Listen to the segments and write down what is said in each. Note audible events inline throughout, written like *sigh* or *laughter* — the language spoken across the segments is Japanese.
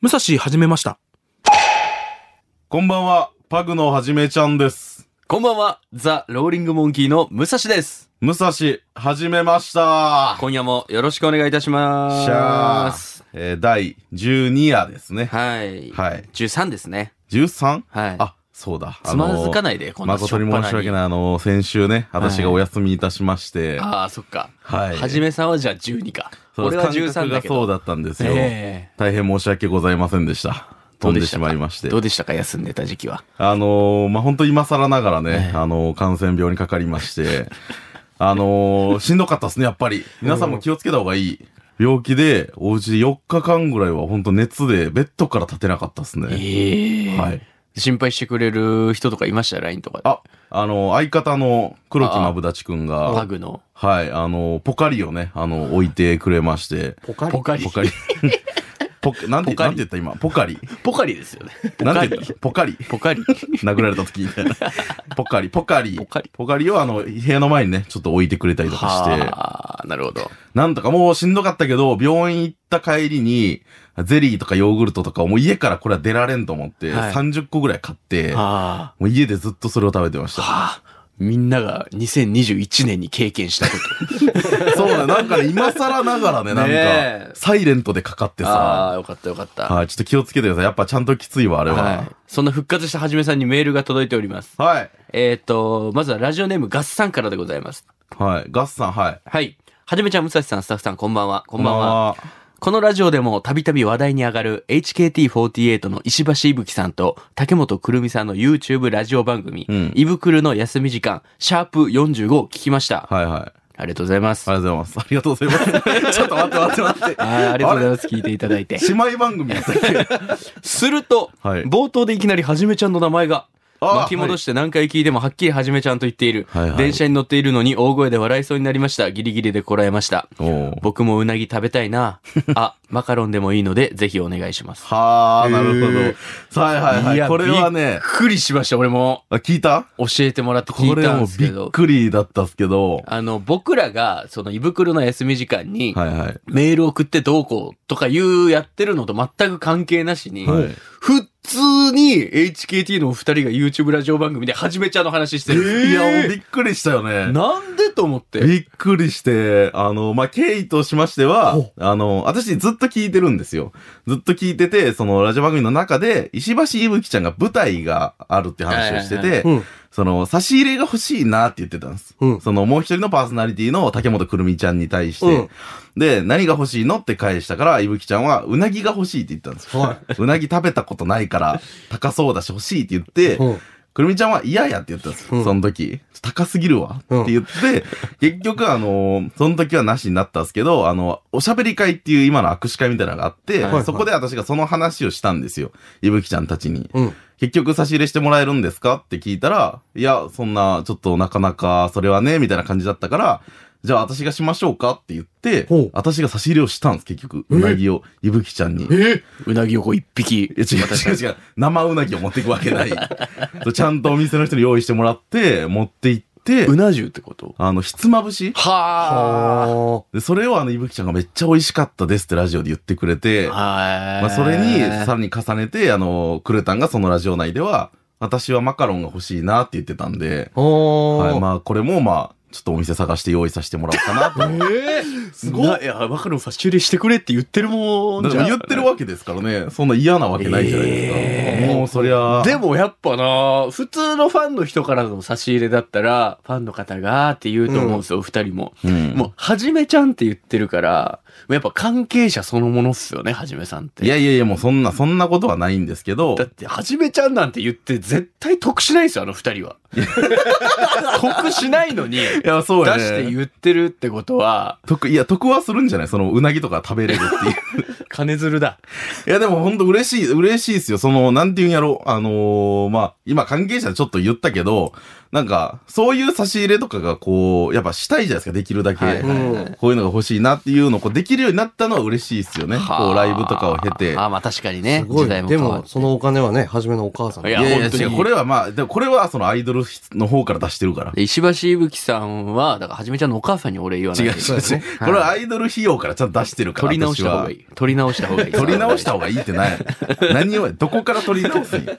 武蔵始めました。こんばんは、パグのはじめちゃんです。こんばんは、ザ・ローリング・モンキーの武蔵です。武蔵、はじめました。今夜もよろしくお願いいたします。しゃー。えー、第12夜ですね。はい。はい。 13ですね。 13? はい。あ、そうだ。つまずかないで、こんな誠に申し訳い。ない。あの、先週ね、私がお休みいたしまして。ああ、そっか。はい。はじめさんはじゃあ12か。そう俺は13感だ覚けがそうど。だったんですよ。え大変申し訳ございませんでした。飛んでしまいましえてど。うでしたか休んでた時期は。あのーまあ、本当今更ながらね、ええあのー感染病にかかりまして、 *laughs* あのーしんどかったですね、やっぱり。皆さんも気をつけた方がいい。病気で、おうちで4日間ぐらいは本当熱で、ベッドから立てなかったですね。ええはい。心配してくれる人とかいました ?LINE とかで。あ、あのー相方の黒木まぶだちくんパが、グの。はい、あのーポカリをね、あのー置いてくれまして、ポカポカリ。ポカリ。ポカなんて、ポカリなんて言った今、ポカリ。ポカリですよね。なんて言ったポカリ。ポカリ。殴られた時みたいな。ポカリ、ポカリ。ポカリをあの、部屋の前にね、ちょっと置いてくれたりとかして、はあ、なるほど。なんとかもうしんどかったけど、病院行った帰りに、ゼリーとかヨーグルトとかをもう家からこれは出られんと思って、はい30個ぐらい買って、あもう家でずっとそれを食べてま *laughs* した。あ。みんなが2021年に経験したこと。そうね、なんかね、今更ながらね、なんか、ねえサイレントでかかってああ、さ、よかったよかった。はい、ちょっと気をつけてください。やっぱちゃんときついわ、あれは。はい。そんな復活したはじめさんにメールが届いております。はい。えっ、と、まずはラジオネームガッサンからでございます。はい。ガッサン、はい。はい。はじめちゃん、武蔵さん、スタッフさん、こんばんは。こんばんは。は。このラジオでもたびたび話題に上がる HKT48 の石橋いぶきさんと竹本くるみさんの YouTube ラジオ番組、うんいぶくるの休み時間、シャープ45を聞きました。はいはい。ありがとうございます。ありがとうございます。ありがとうござい *laughs* ます。ちょっと待って待って待って。あーありがとうございます。聞いていただい *laughs* て。姉妹番組やったっ *laughs* けすると、はい冒頭でいきなりはじめちゃんの名前があー巻き戻して何回聞いてもはっきりはじめちゃんと言っている、はいはい電車に乗っているのに大声で笑いそうになりましたギリギリでこらえましたおう僕もうなぎ食べたいなあマカロンでもいいのでぜひお願いしますはあ、なるほど。へはいはいはい。これはねびっ、くりしました俺もあ聞いた教えてもらって聞こいれたんもですけびどっくりだったっすけど。あの僕らがその胃袋の休み時間にはいはい。メール送ってどうこうとかいうやってるのと全く関係なしに、はい普通に HKT のお二人が YouTube ラジオ番組ではじめちゃんの話してる。いや、もうびっくりしたよね。なんでと思って。びっくりして、あの、まあ、経緯としましては、あの、私ずっと聞いてるんですよ。ずっと聞いてて、そのラジオ番組の中で、石橋いぶきちゃんが舞台があるって話をしてはいはいて、その、差し入れが欲しいなって言ってたんです。うんその、もう一人のパーソナリティの竹本くるみちゃんに対して、うんで、何が欲しいのって返したから、いぶきちゃんは、うなぎが欲しいって言ったんです。はうなぎ食べたことないから、高そうだし欲しいって言 *laughs* って、うんくるみちゃんは嫌やって言ったんです、うんその時。高すぎるわうんって言って、結局あのーその時はなしになったんですけど、あの、おしゃべり会っていう今の握手会みたいなのがあって、はいそこで私がその話をしたんですよ。いぶきちゃんたちに。うん。結局差し入れしてもらえるんですかって聞いたら、いや、そんな、ちょっとなかなか、それはね、みたいな感じだったから、じゃあ私がしましょうかって言ってほう、私が差し入れをしたんです、結局。うなぎを、いぶきちゃんに。えうなぎをこう一匹。いや違う違う違う。生うなぎを持っていくわけ *laughs* ない。そうちゃんとお店の人に用意してもらって、持って行ってう、な重ってことあの、ひつまぶしははで、それをあの、いぶきちゃんがめっちゃ美味しかったですってラジオで言ってくれてあ。、はまあ、それにさらに重ねて、あの、クレタンがそのラジオ内では、私はマカロンが欲しいなって言ってたんで、あ。ははい、まあ、これもまあ、ちょっとお店探して用意させてもらおうか *laughs* なと。えー、すごい。い。いや、マカロン差し入れしてくれって言ってるもんでじゃもん。言ってるわけですからね、そんな嫌なわけないじゃないですか。えーもうそりゃ、でもやっぱな、普通のファンの人からの差し入れだったら、ファンの方がって言うと思うんですよ、お二人も。うんもう、はじめちゃんって言ってるから、やっぱ関係者そのものっすよね、はじめさんって。いやいやいや、もうそんな、そんなことはないんですけどだ、って、はじめちゃんなんて言って絶対得しないですよ、あの二 *laughs* 人は。得しないのに、いや、そう出やね。して言ってるってことは、得、いや、得はするんじゃないその、うなぎとか食べれるっていう。 *laughs* 金づるだ。いや、でも本当嬉しい、嬉しいですよ。その、なんていうんやろ。あのーまあ、今関係者でちょっと言ったけど、なんか、そういう差し入れとかがこう、やっぱしたいじゃないですか、できるだけ。はいはいうんこういうのが欲しいなっていうのをこうできるようになったのは嬉しいですよね。はあこうライブとかを経て。あまあ確かにね。すご時代い。もで変わっも、てそのお金はね、初めのお母さん。いやいやいや、本当に違うこれはまあ、でもこれはそのアイドルの方から出してるから。で石橋いぶきさんは、だからはじめちゃんのお母さんにお礼言わな違いう違うと。そうです違うね。これはアイドル費用からちゃんと出してるから。取り直した方がい私い。取り直した方がいい。は。取り直した方がいいって何 *laughs* やねん何をや、どこから取り直すんや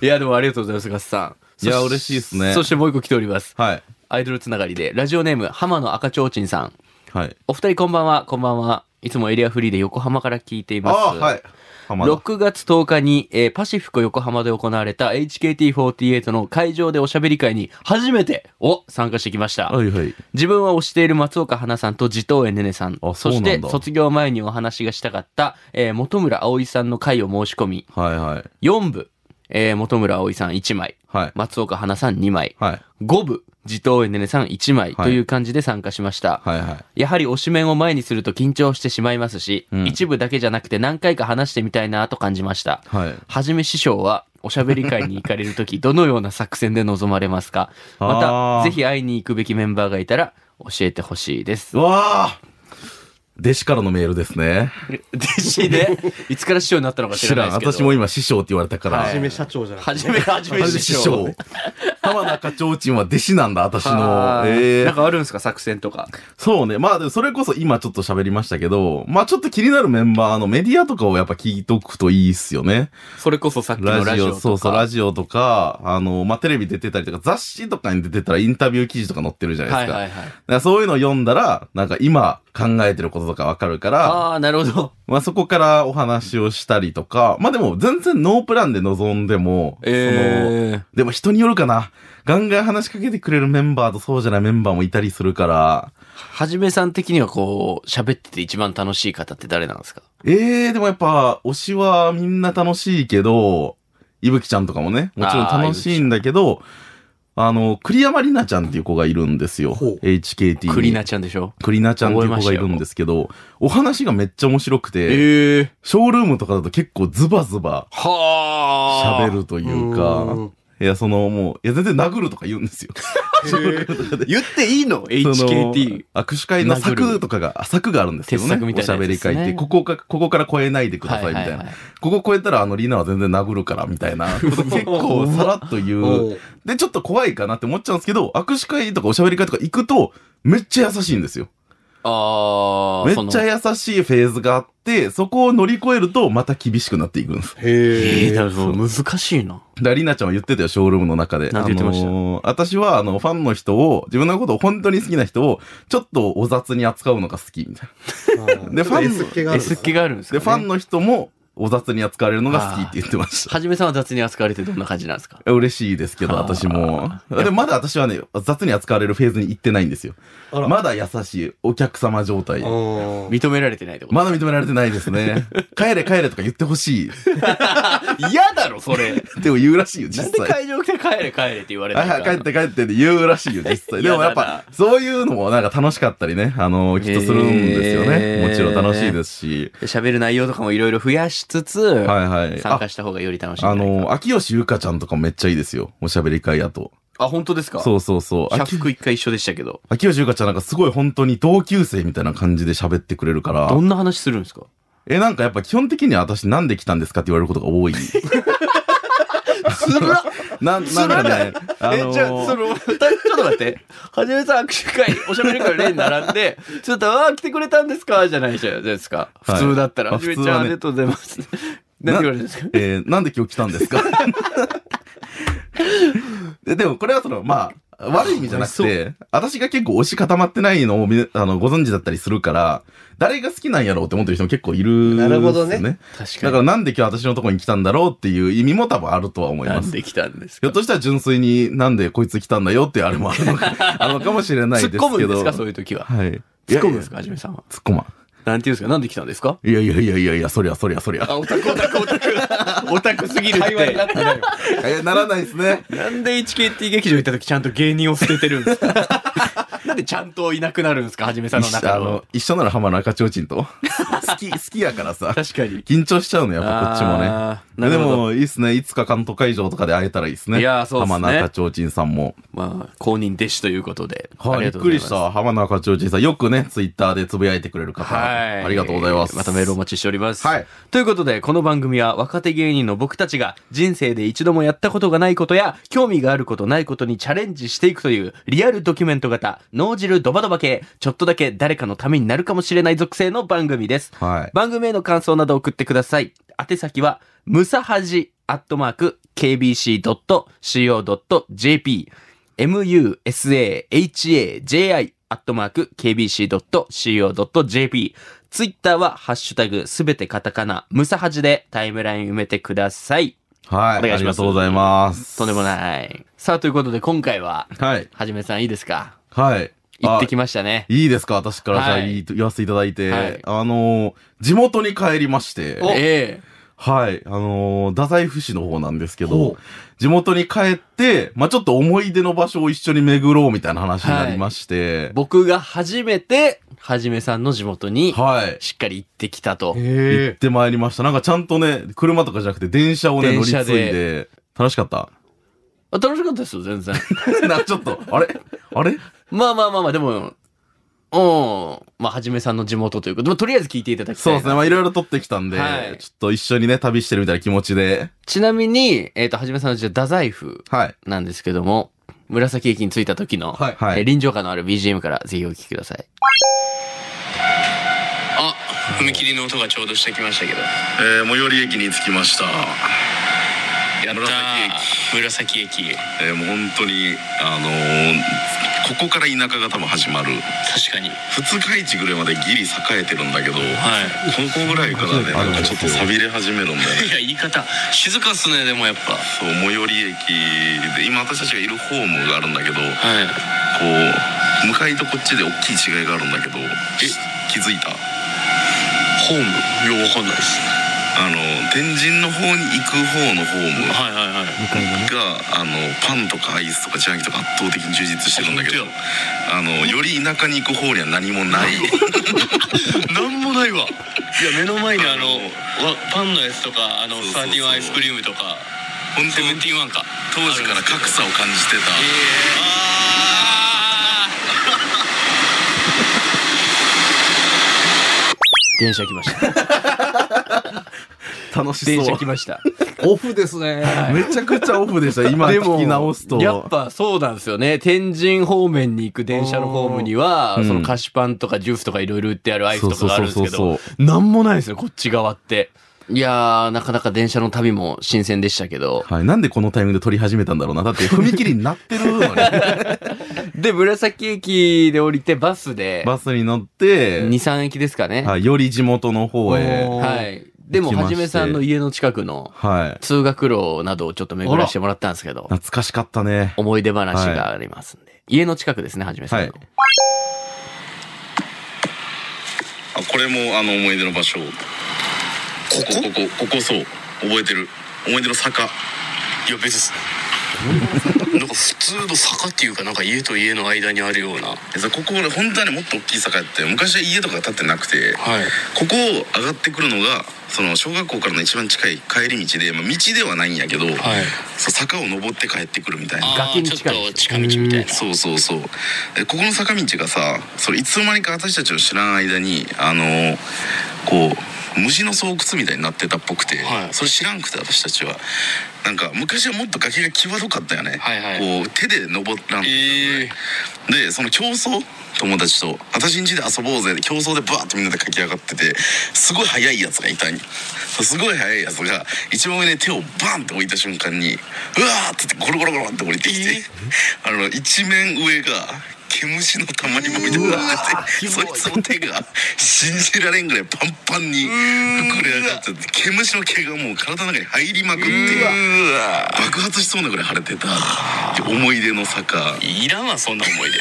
いや、でもありがとうございます、ガスさん。いやそし嬉しいっすねそしてもう一個来ております。はい。アイドルつながりで、ラジオネーム、浜野赤ちょうちんさん。はい。お二人こんばんは、こんばんは。いつもエリアフリーで横浜から聞いていあます。あ、はい。浜田。 6月10日に、えーパシフィコ横浜で行われた HKT48 の会場でおしゃべり会に初めてを参加してきました。はいはい。自分は推している松岡花さんと地頭絵ねねさん。あそしそうなてんだ卒業前にお話がしたかった、えー本村葵さんの会を申し込み、はいはい。 4部、えー本村葵さん1枚、はい。松岡花さん2枚、はい。 5部、地頭絵ねねさん1枚はいという感じで参加しました。はいはい。やはり推しメンを前にすると緊張してしまいますし、うん一部だけじゃなくて何回か話してみたいなと感じました。はい。はじめ師匠は、おしゃべり会に行かれるとき、どのような作戦で臨まれますかまあた、ーぜひ会いに行くべきメンバーがいたら、教えてほしいで *laughs* すう。わあ弟子からのメールですね。弟子で、いつから師匠になったのか知知らないらん。ですけど。私も今師匠って言われたから。はじめ社長じゃなくて。はじめ、はじめ私師師匠匠。。浜中提灯は弟子なんだ、私のあ。ーええなんかあるんですか作戦とか。そうね。まあ、でもそれこそ今ちょっと喋りましたけど、まあちょっと気になるメンバーのメディアとかをやっぱ聞いとくといいっすよね。それこそさっきのララジジオとオ、か。そうそう、ラジオとか、あの、まあテレビ出てたりとか、雑誌とかに出てたらインタビュー記事とか載ってるじゃないはでいすか。はいはい。だからそういうのを読んだら、なんか今考えてることとかわかるから、ああー、なるほど。まあそこからお話をしたりとか、まあでも全然ノープランで臨んでも、そのええ。でも人によるかな。ガンガン話しかけてくれるメンバーとそうじゃないメンバーもいたりするから、はじめさん的にはこう、喋ってて一番楽しい方って誰なんですかええー、でもやっぱ、推しはみんな楽しいけど、いぶきちゃんとかもね、もちろん楽しいんだけど、あの、栗山里奈ちゃんっていう子がいるんですよ。ほう HKT に。クリナちゃんでしょ栗奈ちゃんっていう子がいるんですけど、お話がめっちゃ面白くて、ええショールームとかだと結構ズバズバはあ。喋るというか、いや、そのもう、いや、全然殴るとか言うんです *laughs* よ。言っていいのその ?HKT。握手会の柵とかが、柵があるんですけどね。鉄柵みたいなやつおしゃべり会っですて、ねここか、ここから越えないでくださいみたいな。はいはいはいここ越えたら、あの、リーナは全然殴るから、みた *laughs* いな。こと結構さらっと言おうう。で、ちょっと怖いかなって思っちゃうんですけど、握手会とかおしゃべり会とか行くと、めっちゃ優しいんですよ。ああ。めっそのちゃ優しいフェーズがあって、そこを乗り越えると、また厳しくなっていくんです。へえええ。だから難しいな。だりなちゃんは言ってたよ、ショールームの中で。なんて言ってましたあのー私は、あの、ファンの人を、自分のことを本当に好きな人を、ちょっとお雑に扱うのが好き、みたいでファンの S 系がある S っ気があるんですな。で、か、ね、ファンの人も、お雑に扱われるのが好きって言ってました。はじめさんは雑に扱われてどんな感じなんですか嬉しいですけど、はあ私も。で、まだ私はね、雑に扱われるフェーズに行ってないんですよ。あらまだ優しいお客様状態。うん認められてないってことまだ認められてないですね。帰れ帰れとか言ってほしい。 *laughs* *laughs* 嫌だろ、それ。でも言うらしいよ、実 *laughs* なんで際。会場来て帰れ帰れって言われたはいのはい、帰って帰ってって言うらしいよ、実際。でもやっ嫌だぱ、そういうのもなんか楽しかったりね、あの、きっとするんですよね。へーもちろん楽しいですし。で喋る内容とかもいろいろ増やしつつ、はいはい。参あ加した方がより楽しいんじゃあないかの、秋吉ゆかちゃんとかもめっちゃいいですよ。おしゃべり会やと。あ、本当ですかそうそうそう。社秋服一回一緒でしたけど。秋吉ゆかちゃんなんかすごい本当に同級生みたいな感じで喋ってくれるから。どんな話するんですかえ、なんかやっぱ基本的には私なんで来たんですかって言われることが多い。つら *laughs* なん、なんかね、あのえ、じゃあ、その、たちょっと待って。はじめさん握手会、おしゃべり会の例に並んで、ちょっと、あー来てくれたんですかじゃないじゃないですか。普はい通だったら、まあはじめ普ち通ゃんはあねりがとうございます。な何て言われるんですかえーなんで今日来たんですか *laughs* ででもこれはその、まあ、悪い意味じゃなくて、私が結構推し固まってないのをみあのご存知だったりするから、誰が好きなんやろうって思ってる人も結構いるんですよ、なるほどね確だからなんで今日私のとこに来たんだろうっていう意味も多分あるとは思いなまんす。で来たんですひかょっとしたら純粋になんでこいつ来たんだよっていうあれもあるの *laughs* かあるのかもしれないですけ突っど。込むんですかそういう時は。はい。突っ込むんですかかはじめさんは。突っ込まん。なんて言うんですかなんで来たんですかいやいやいやいやいや、そりゃそりゃ *laughs* そりゃ。あ、オタクオタクオタク。オタクすぎるって。え、ならないですね。 *laughs* なんで HKT 劇場行った時ちゃんと芸人を捨ててるんですかなんでちゃんといなくなるんですかはじめさんの一緒中あのの。一緒なら浜の赤ちょうちんと好き好 *laughs* きやからさ確かに。緊張しちゃうのやっぱこっちもねあーなでるほど。もいいっすねいつか関東会場とかで会えたらいいっすねいやーそうっすね浜中ちょうちんさんもまあ、公認弟子ということで。はい、あびっりがとうごくざいりましすた。浜中町人さん、よくね、ツイッターでつぶやいてくれる方、はい。ありがとうございます。またメールお待ちしております。はいということで、この番組は若手芸人の僕たちが人生で一度もやったことがないことや、興味があることないことにチャレンジしていくという、リアルドキュメント型、脳汁ドバドバ系、ちょっとだけ誰かのためになるかもしれない属性の番組です。はい。番組への感想など送ってください。宛先は、ムサハジアットマーク、kbc.co.jp、musahaji アットマーク、kbc.co.jp、ツイッターは、ハッシュタグ、すべてカタカナ、ムサハジでタイムライン埋めてください。はい。お願いしますありがとうございます。とんでもない。さあ、ということで今回は、はい。はじめさんいいですかはい。行ってきまましたね。いいですか私からじゃあはいいいと言わせていただいて、はいあのー地元に帰りまして、ええはい、あのー太宰府市の方なんですけどほ、地元に帰って、まあちょっと思い出の場所を一緒に巡ろうみたいな話になりまして、僕が初めて、はじめさんの地元に、はい。しっかり行ってきたと。行っえ。てまいりました。なんかちゃんとね、車とかじゃなくて電車をね、乗電り継車いでで、楽しかった。 *laughs* あ楽しかったですよ、全然。 *laughs* な、ちょっと、あれあれまあまあまあまあ、でも、うん。まあ、はじめさんの地元ということで、まあとりあえず聞いていただきたそいうな。ですね。まあ、いろいろ撮ってきたんで、はいちょっと一緒にね、旅してるみたいな気持ちで。ちなみに、えっ、と、はじめさんの地は太宰府はい。なんですけども、紫駅に着いた時の、はいはいえー臨場感のある BGM からぜひお聴きください。あ、踏切の音がちょうどしてきましたけど。え最寄り駅に着きました。やったー紫駅。えもう本当に、あのここから田舎が多分始まる。確かに。二日市ぐらいまでギリ栄えてるんだけど、こはこぐらいからね、なんかちょっと錆びれ始めるんだよね。い。いや、言い方、静かっすね、でもやっぱ。そう、最寄り駅で、今私たちがいるホームがあるんだけど、こはい。う、向かいとこっちで大きい違いがあるんだけど、気づいたホームいや、わかんないです。あの天神の方に行く方のホームいはいはい。があのパンとかアイスとかジャーキーとか圧倒的に充実してるんだけどあのより田舎に行く方には何も *laughs* ないなんもないわいや目の前にあのわパンのやつとかあのそうそうそうサーティワンアイスクリームとか本当セブンティーンワンか当時から格差を感じてた、あ電車来ました。楽し電車来ました。オフですね。めちゃくちゃオフでした今聞き直すとやっぱそうなんですよね。天神方面に行く電車のホームにはう、んその菓子パンとかジュースとかいろいろ売ってあるアイスとかがあるんですけそうそうどそ、なんもないですよ、こっち側って。いやー、なかなか電車の旅も新鮮でしたけど。はい、なんでこのタイミングで撮り始めたんだろうなだって踏切になってるのにで、紫駅で降りてバスで、バスに乗って2、、3駅ですかね。ははい、より地元の方へおーい。でも、行はきましてじめさんの家の近くのはい通学路などをちょっと巡らしてもらったんですけど、懐かしかったね思い出話がありますんで。家の近くですね、はじめさんの。はいあこれもあの思い出の場所ここここここそう覚えてる思い出の坂ーいや別になんか普通の坂っていうかなんか家と家の間にあるようなはいえさここ俺本当はねもっと大きい坂やって昔は家とか建ってなくてここを上がってくるのがその小学校からの一番近い帰り道で、まあ、道ではないんやけど、はいそう坂を登って帰ってくるみたいなあ崖ーに近いちょっと近道みたいなそうそうそうえここの坂道がさそれいつの間にか私たちを知らん間にあのこう虫の巣窟みたいになってたっぽくて、はいそれ知らんくて私たちはなんか昔はもっと崖が際どかったよね、はいはいこう手で登らんとええでその競争友達と「私ん家で遊ぼうぜ」で競争でバーッとみんなで駆け上がっててすごい速いやつがいたんよすごい速いやつが一番上に手をバンって置いた瞬間にうわーって言ってゴロゴロゴロって降りてきて、あの一面上が毛虫のたまり場みたいになってて *laughs* そいつの手が信じられんぐらいパンパンに膨れ上がっちゃって毛虫の毛がもう体の中に入りまくって爆発しそうなぐらい腫れてた思い出の坂いらんわそんな思い出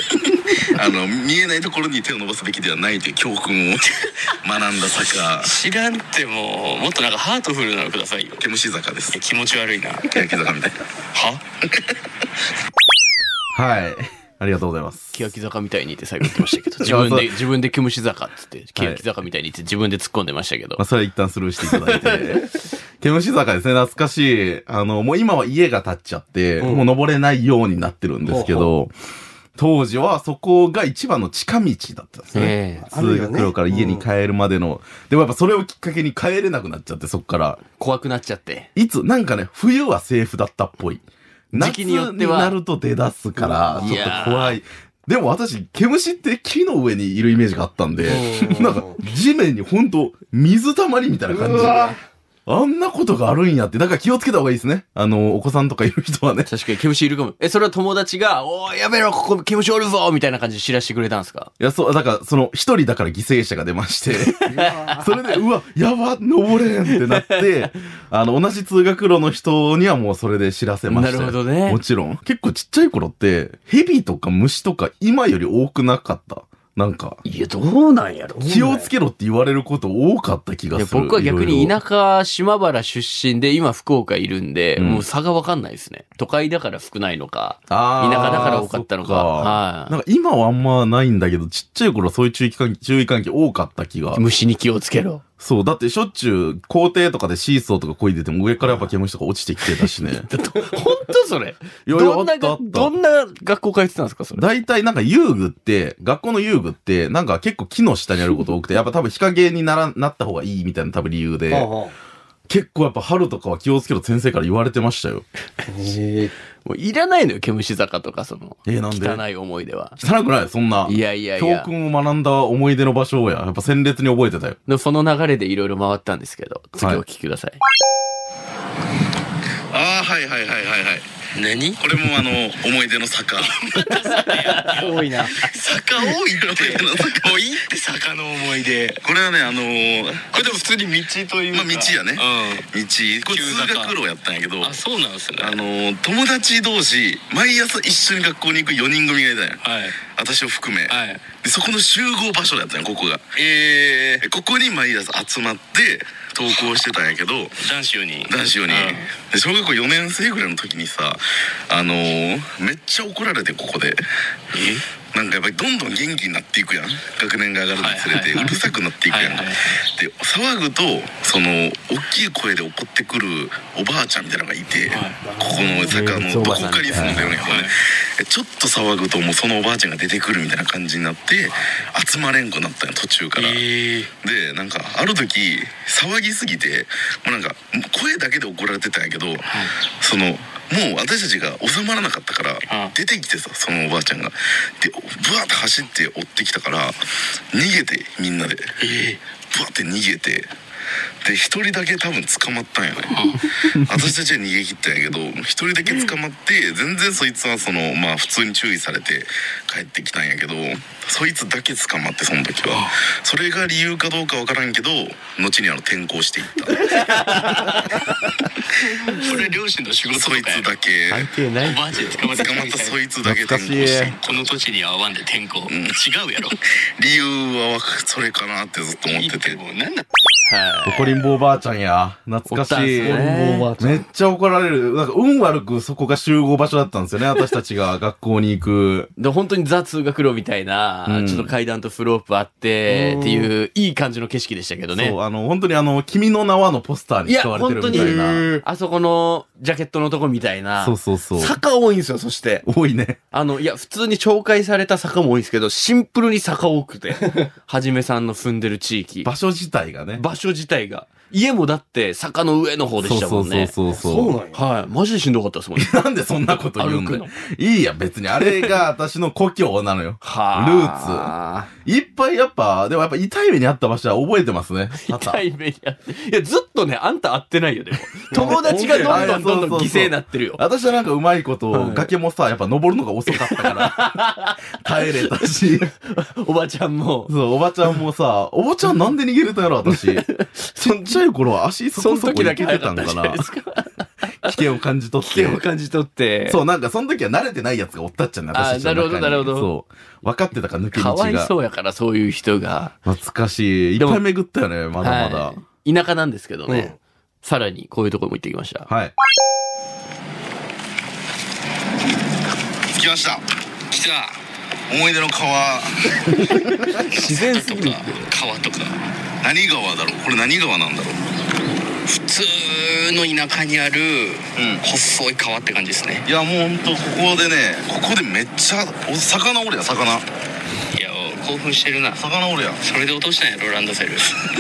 *laughs* あの見えないところに手を伸ばすべきではないという教訓を *laughs* 学んだ坂知らんってもうもっとなんかハートフルなのくださいよ毛虫坂です気持ち悪いな欅坂みたいなははいありがとうございます。欅坂みたいにって最後言ってました *laughs* けど、自分で、自分で毛虫坂って言って、はい欅坂みたいにって自分で突っ込んでましたけどまあ、。それは一旦スルーしていただいて。毛虫坂ですね、懐かしい。あの、もう今は家が建っちゃって、もう登れないようになってるんですけど、当時はそこが一番の近道だったんですね。ええ通学路から家に帰るまでの。でもやっぱそれをきっかけに帰れなくなっちゃって、そこから。怖くなっちゃって。いつ、なんかね、冬はセーフだったっぽい。時夏期にによってはなると出だすから、うんちょっと怖い。でも私、毛虫って木の上にいるイメージがあったんで、なんか地面にほんと水たまりみたいな感じで、あんなことがあるんやって、だから気をつけた方がいいですね。あの、お子さんとかいる人はね。確かに毛虫いるかも。え、それは友達が、おー、やめろ、ここ毛虫おるぞみたいな感じで知らしてくれたんですかいや、そう、だから、その、一人だから犠牲者が出まして、 *laughs* それで、うわ、やば、登れんってなっ *laughs* て、あの、同じ通学路の人にはもうそれで知らせましたよ。なるほどねもちろん。結構ちっちゃい頃って、ヘビとか虫とか今より多くなかった。なんか、いや、どうなんやろ気をつけろって言われること多かった気がいやする。僕は逆いろにいろ田舎、島原出身で、今福岡いるんで、うんもう差がわかんないですね。都会だから少ないのか。あー田舎だから多かったのかそっはいなんか今はあんまないんだけど、ちっちゃい頃そういう注意喚起、注意喚起多かった気が。虫に気をつけろ。そう、だってしょっちゅう校庭とかでシーソーとか漕いでても上からやっぱ毛虫とか落ちてきてた *laughs* しね。 *laughs* 本当それ。いやいやどんなあったあが、ったどんな学校通ってたんですか、それ。大体なんか遊具って、学校の遊具って、なんか結構木の下にあること多くて、やっぱ多分日陰になら、なった方がいいみたいな多分理由で、は結構やっぱ春とかは気をつけろ先生から言われてましたよ。あえもういらないのよ、毛虫坂とか、その、えーなんで汚い思い出は。汚くないそんな。いやいやい教や。訓を学んだ思い出の場所をや。やっぱ鮮烈に覚えてたよ。のその流れでいろいろ回ったんですけど、次お聞きください。ああはいはいはいはいはい何これもあの思い出の坂多いな。 *laughs* 坂多 *laughs* いっての坂多いって坂の思い出これはねあのーこれでも普通に道というかまあ道やねう道これ急通坂学路やったんやけどんあそうなんですねあのー友達同士毎朝一緒に学校に行く4人組がいたんやはい私を含め、はいでそこの集合場所だったんやここがえここに毎朝集まって登校してたんやけどー、男子4人男子4人うんで小学校4年生ぐらいの時にさあのーめっちゃ怒られてここでなんかやっぱりどんどん元気になっていくやん学年が上がるにつれはいてはういるさくなっていくやんはかいはいで騒ぐとその大きい声で怒ってくるおばあちゃんみたいなのがいてはいここの坂のどこかに住んでるねこれねちょっと騒ぐともうそのおばあちゃんが出てくるみたいな感じになって集まれんくなったんや途中から。えー、でなんかある時騒ぎすぎてもうなんか声だけで怒られてたんやけど、そのもう私たちが収まらなかったから、うん出てきてさそのおばあちゃんがでブワーって走って追ってきたから逃げてみんなで、ブワーって逃げてで一人だけ多分捕まったんやね私たちは逃げ切ったんやけど一人だけ捕まって全然そいつはそのまあ普通に注意されて帰ってきたんやけどそいつだけ捕まってその時はそれが理由かどうかわからんけど後にあの転校して *laughs* いったこれ両親の仕事とそかいつやだけ係なお。ばあちゃん捕まって捕まったそいいつだけ転校していったこの土地には合わんで転校、違うやろ理由はわかそれかなってずっと思っててもう何なんはい。怒りんぼおばあちゃんや。懐かしい。おったんすねもうおばあちゃめっん。ちゃ怒られる。なんか運悪くそこが集合場所だったんですよね。私たちが学校に行く。で、本当にザ通学路みたいな、うんちょっと階段とフロープあって、っていう、いい感じの景色でしたけどね。そう、あの、本当にあの、君の名はのポスターにいや、使われて本る当みにたいな。、あそこのジャケットのとこみたいな。そうそうそう。坂多いんですよ、そして。多いね。あの、いや、普通に紹介された坂も多いんですけど、シンプルに坂多 *laughs* くて。はじめさんの住んでる地域。場所自体がね。場所自体が。家もだって坂の上の方でしたもんね。そうそうそうそうそうなんや。はい。マジでしんどかったです *laughs* もんね。なんでそんなこと言うんだ歩よ。いいや、別に。あれが私の故郷なのよ。はあ。いっぱいやっぱ、でもやっぱ痛い目にあった場所は覚えてますね。多々痛い目にあって。いや、ずっとね、あんた会ってない *laughs* よ、でも。友達がどんどんどんどん犠牲になってるよ。私はなんかうまいこと、はい崖もさ、やっぱ登るのが遅かったから、 *laughs* 耐えれたし、おばちゃんも。そう、おばちゃんもさ、おばちゃんなんで逃げれたやろ、 *laughs* 私。ちっちゃい頃は足そそこのそこ時いだけけて早たかっんたかんじゃなないで。すか。危険を感じ取っ危て。険を感じ取って。そう、なんかその時は慣れてないやつがおったっちゃね、私たちの中にあーなるほどなるほどそう。分かってたから抜け道かが。わいそうやから、そういう人が。懐かしい。いっでもぱい巡ったよね、まだまだ。はい田舎なんですけどね。さらに、こういうところも行ってきました。はい。着きました来じゃあ思い出の川 *laughs* 自然すとぎかる川とか何川だろうこれ何川なんだろう普通の田舎にあるうん細い川って感じですねいやもうほんとここでねここでめっちゃお魚おるやん魚いや興奮してるな魚おるやんそれで落としたんやろランドセル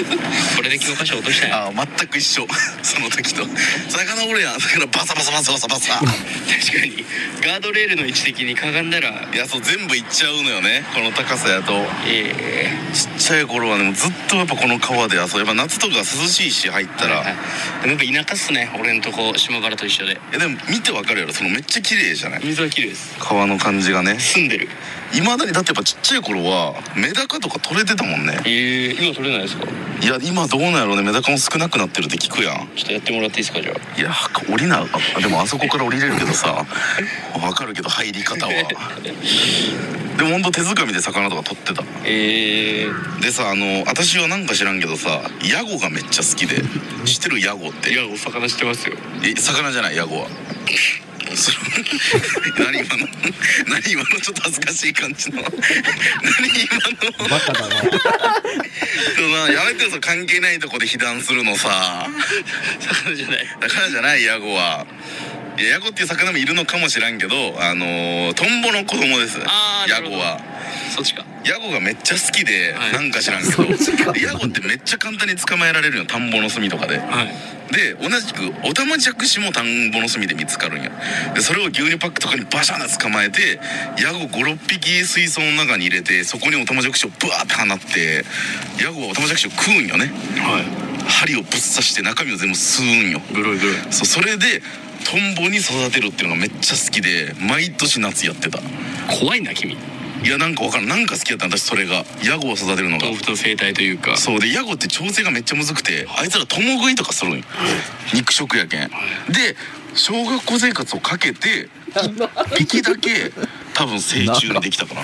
*laughs* これで教科書落としたんやあー全く一緒 *laughs* その時と魚おるやん魚バサバサバサバサバ *laughs* サ確かにガードレールの位置的にかがんだらいやそう全部いっちゃうのよねこの高さやとええちっちゃい頃はねもうずっとやっぱこの川で遊べば夏とか涼しいし入ったら、はいはいなんか田舎っすね俺んとこ島原と一緒でえでも見てわかるやろそのめっちゃ綺麗じゃない水は綺麗です川の感じがね住んでるいまだにだってやっぱちっちゃい頃はメダカとか取れてたもんねええ今取れないですかいや今どうなんやろうねメダカも少なくなってるって聞くやんちょっとやってもらっていいですかじゃあいや降りなあでもあそこから降りれるけどさわかるけど入り方はでもほんと手づかみで魚とか取ってたええでさあの私はなんか知らんけどさヤゴがめっちゃ好きで知ってるヤゴっていやお魚してます *laughs* よえ魚じゃないヤゴは *laughs* その何今の何今のちょっと恥ずかしい感じの何今のバカだな。そのやめてよその関係ないとこで被弾するのさ魚じゃない魚じゃないヤゴはいやヤゴっていう魚もいるのかもしらんけどあのートンボの子供ですあーなヤるゴほどはそっちかヤゴがめっちゃ好きで、はいなんか知らんけどヤゴってめっちゃ簡単に捕まえられるよ田んぼの隅とかではいで同じくオタマジャクシも田んぼの隅で見つかるんやでそれを牛乳パックとかにバシャンで捕まえてヤゴ56匹水槽の中に入れてそこにオタマジャクシをブワーって放ってヤゴはオタマジャクシを食うんよねは針をぶっ刺して中身を全部吸うんよいグロいグロいそうそれでトンボに育てるっていうのがめっちゃ好きで毎年夏やってた怖いな君いやなんかわからんなんか好きだった私それがヤゴを育てるのが豆腐と生態というかそうでヤゴって調整がめっちゃむずくてあいつら共食いとかするんよ肉食やけんで小学校生活をかけて1匹だけ多分成虫にできたかな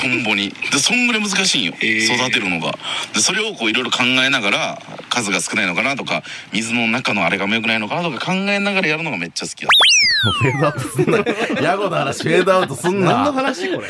トンボにでそんぐらい難しいんよ、へー育てるのがでそれをこういろいろ考えながら数が少ないのかなとか水の中のあれが良くないのかなとか考えながらやるのがめっちゃ好きだっフェードアウトすん *laughs* なよ。ヤゴの話、フェードアウトすんな。何の話これ。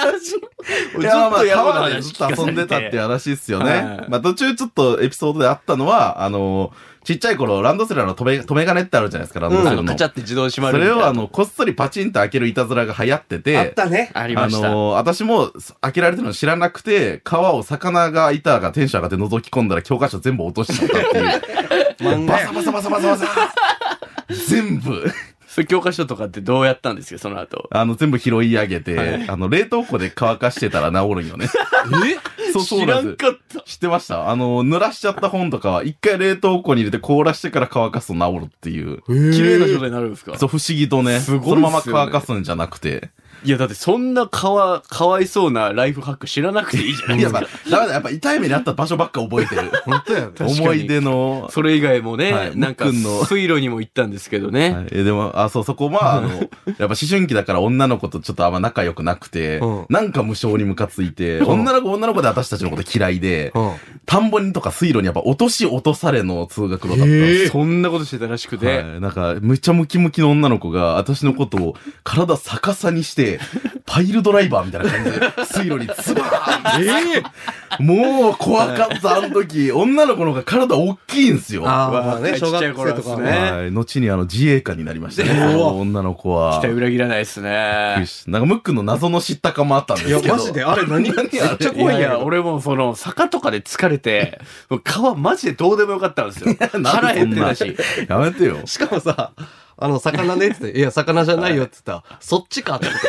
いや、まあ、ヤゴの川でず話っと遊んでたっていう話っすよはねい。まあ、途中ちょっとエピソードであったのは、あの、ちっちゃい頃、ランドセルの留め、留め金ってあるじゃないですか、ランドうんセあルのの。カチャって自動閉まそるみれたいなを、あの、こっそりパチンと開けるいたずらが流行って、あってたね。ありあましたの、私も開けられてるの知らなくて、川を魚がいたがテンション上がって覗き込んだら教科書全部落としちゃったっていう。漫バ画サバサバサバサバサ全部。それ教科書とかってどうやったんですかその後あの、全部拾い上げて、はいあの、冷凍庫で乾かしてたら治るんよね。えそう、そう知ならんです。んかった知ってましたあの、濡らしちゃった本とかは、一回冷凍庫に入れて凍らしてから乾かすと治るっていう。綺麗な状態になるんですかそう、不思議とね。すごいっすそよのねまま乾かすんじゃなくて。いやだってそんなかわかわいそうなライフハック知らなくていいじゃないいでや、すまあか、ダメだ。やっぱ痛い目にあった場所ばっか覚えて *laughs* る。本当やね。に思い出の。それ以外もね、はいなんかむっくんの水路にも行ったんですけどね、はいえでも、あ、そう、そこは、あ *laughs* の、やっぱ思春期だから女の子とちょっとあんま仲良くなくて、うんなんか無性にムカついて、ん女の子女の子で私たちのこと嫌いで、うん。田んぼにとか水路にやっぱ落とし落とされの通学路だったんですよ。そんなことしてたらしくて、はい、なんか、むちゃムキムキの女の子が、私のことを体逆さにして、 *laughs* パイルドライバーみたいな感じで、水路にズバーンもう怖かった、あの *laughs* 時。女の子の方が体大きいんすよ。あーうわまあね、ちっ小ち学ゃい生頃とかはですねね。はい。後にあの、自衛官になりましたね。その女の子は期。待裏切らないですねなんか、ムックの謎の知ったかもあったんですいけど。や、マジで、あれ何めっちゃい怖やいんいやけや、ど。俺もその、坂とかで疲れて、もう川マジでどうでもよかったん *laughs* ですよ。なんで腹減ってたし。やめ *laughs* てよ。しかもさ、あの、魚ねって言って、いや、魚じゃないよって言ったら、そっちかって思っ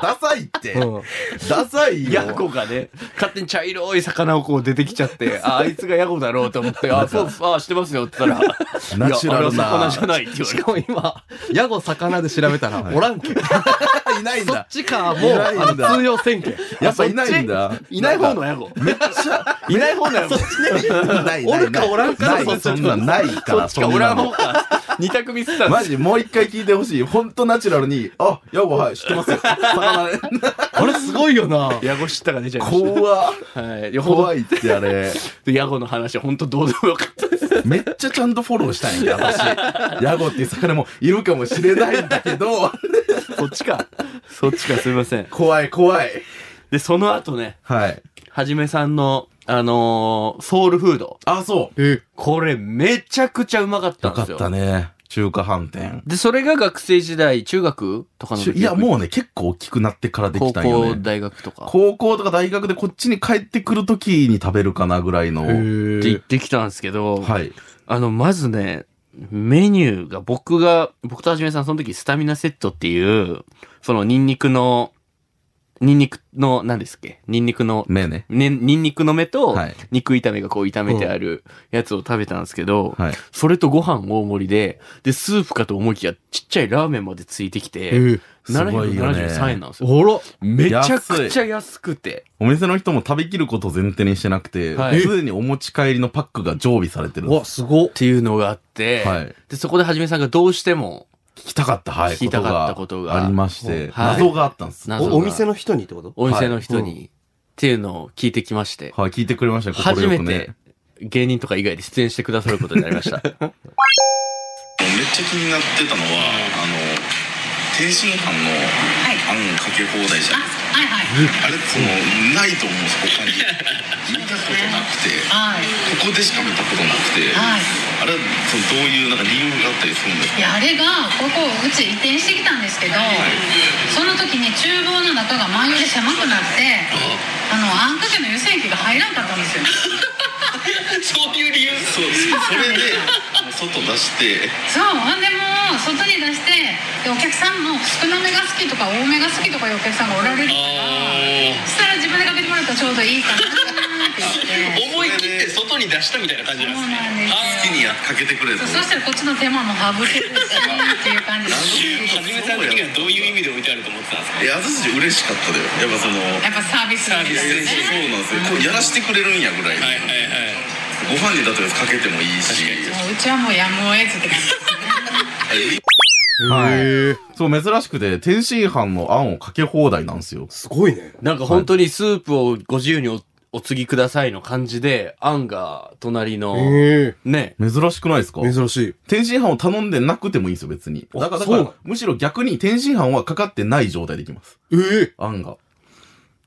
ダサいって。て。うん。ダサいよ。ヤゴがね、勝手に茶色い魚をこう出てきちゃって、あ、あいつがヤゴだろうと思って、あ、そう、あ、してますよって言ったら、ナチュラルいやあれな。は魚じゃないって言わしれてかも今、ヤゴ魚で調べたら、おらんけ。いないんそだっ。ちか、もう、いないんだあの通用せんけ。やっぱいないんだ。いない方のヤゴ。めっちゃ、いない方のヤゴ。ないおるかおらんかないそそっちんなんないかそらっちか、そん俺なはものうか。二択見せたんでマすジもう一回聞いてほしい本当ナチュラルに「あヤゴはい知ってますよ」魚ねあれすごいよな。ヤゴ知ったが出ちゃいまし怖た。はい。よほ怖ど、いってあれヤゴの話、ほんとどうでもよかったです。めっちゃちゃんとフォローしたいんだ私ヤゴっていう魚もいるかもしれないんだけどこっちか。そっちかすいません。怖い、怖い。で、その後ね、はい。はじめさんの、あのーソウルフード。あ、そう。これめちゃくちゃうまかったよんでかっすよ。たね。中華飯店。で、それが学生時代、中学とかのちゅ時いや、もうね、結構大きくなってからで高きたんよ校、ね。大学とか。高校とか大学でこっちに帰ってくるときに食べるかなぐらいの。って行ってきたんですけど、はい。あの、まずね、メニューが僕が、僕とはじめさんその時スタミナセットっていう、そのニンニクの、ニンニクの、何ですっけニンニクの、目ね。ね、ニンニクの芽とはい、肉炒めがこう炒めてあるやつを食べたんですけど、はい。それとご飯大盛りで、で、スープかと思いきやちっちゃいラーメンまでついてきて、えすごいよね773円なんですよ。ほらめちゃくちゃ安くて。お店の人も食べきることを前提にしてなくて、はいすでにお持ち帰りのパックが常備されてるんうでわ、す。すごっっていうのがあって、はいで、そこではじめさんがどうしても、聞きたかった、はい。聞きたかったことがありまして、はい謎があったんです。謎がおお店の人にってことお店の人に、はっていうのを聞いてきまして、はい、聞いてくれましたよ、快初めくてね。芸人とか以外で出演してくださることになりま *laughs* した。めっちゃ気になってたのはあの天津飯のはいあんかけ放題じゃあん、はいあはい。れそのないと思うんです他に見たことなくてはい。ここでしか見たことなくて、はい。あれはそのどういうなんか理由があったりするんですいかや、あれが、ここ、うち移転してきたんですけど、その時に厨房の中が前より狭くなって、あの、あんかけの湯煎機が入らんかったんで *laughs* すよ。そういう理由そうそれでもう外出してそう、ほんでもう、外に出して、でお客さんも少なめが好きとか多めが好きとかいうお客さんがおられるから、そしたら自分でかけてもらったらちょうどいいかなって言って。 *laughs* 思い切って外に出したみたいな感じそうなんですねなんですよ好きにやかけてくれとそうそしたらこっちの手間も省けるしっていう感じですはじめさん的にはどういう意味で置いてあると思ってたんですかいや私嬉しかっただよやっぱそのやっぱサービスみたいサービスな精そうなんですよこねうやらしてくれるんやぐらい、はいはいはいご飯にだってかけてもいいしもううちはもうやむを得ずって感じですねはい。そう、珍しくて、天津飯のあんをかけ放題なんですよ。すごいね。なんか本当にスープをご自由におお継ぎくださいの感じで、あんが隣の、えね、珍しくないですかえ珍しい。天津飯を頼んでなくてもいいんですよ、別に。だから、だかそうならのむしろ逆に天津飯はかかってない状態できます。ええあんが。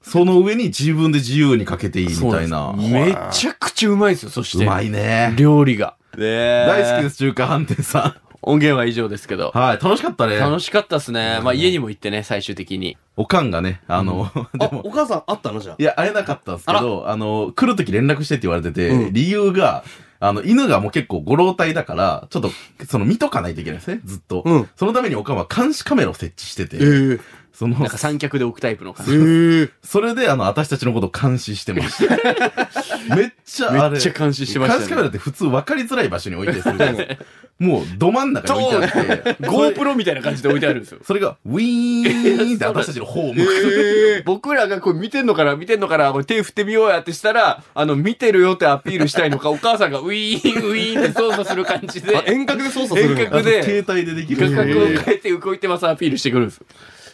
その上に自分で自由にかけていいみたいな。めちゃくちゃうまいですよ、そしうて。まいね。料理が。。大好きですす、中華飯店さ音源は以上ですけどん。。はい、楽しかったね。楽しかったっすね。まあ家にも行ってね、最終的に。おかんがね、あの、 *laughs* であ、も、お母さんあったのじゃあいや、会えなかったんですけど、あの、来るとき連絡してって言われてて、理由が、あの、犬がもう結構ご老体だから、ちょっと、その見とかないといけないですね、ずっと。うんそのためにおかんは監視カメラを設置してて、ええそのなん、か三脚で置くタイプの感えじ。えそれであの、私たちのことを監視してました。 *laughs* めっちゃあれ。めっちゃ監視してましたね監視カメラって普通分かりづらい場所に置いてするじゃないですか。もう、ど真ん中に置いてあって、 GoPro みたいな感じで置いてあるんですよ。それが、ウィーンって私たちの方を向く。僕らがこれ見てんのかな見てんのかなこれ手振ってみようやってしたら、あの、見てるよってアピールしたい *laughs* のか、お母さんがウィーン、ウィーンって操作する感じであ、、遠隔で操作す遠るんや隔で、携帯ででき画る。角を変えて動いてますアピールしてくるんです。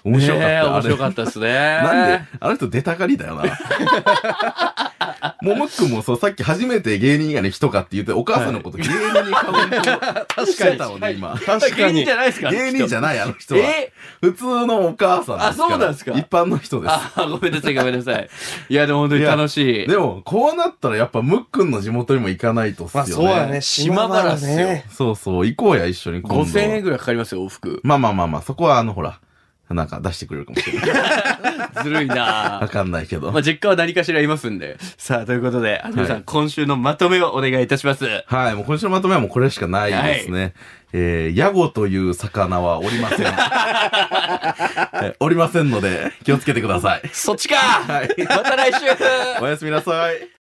面白かっねえた。あ面れ白かったですね。なんで、あの人出たがりだよな。ももっくんもそう、さっき初めて芸人以外の人かって言って、お母さんのこと芸人にカウントしてたのね、今。確か芸人にじ。ゃないですか芸人じゃない、あの人は。え普通のお母さんですから。あそうなんですか一般の人です。あ、ごめんなさい、ごめんなさい。いや、でも本当に楽しい。でも、こうなったらやっぱムックンの地元にも行かないとっすまよあね。そうやね。島原っすよ島ね。そうそう、行こうや、一緒に今度。 5000円ぐらいかかりますよ、往復。まあまあまあまあ、そこはあの、ほら、なんか出してくれるかもしれない。ずるいな *laughs* わかんないけどま。あ、実家は何かしらいますんで。さあ、ということで、はじめさん、はい今週のまとめをお願いいたします。はい、もう今週のまとめはもうこれしかないですね。えー、ヤゴという魚はおりませ *laughs* ん。はいおりませんので、気をつけてください。そっちか、また来週おやすみなさい。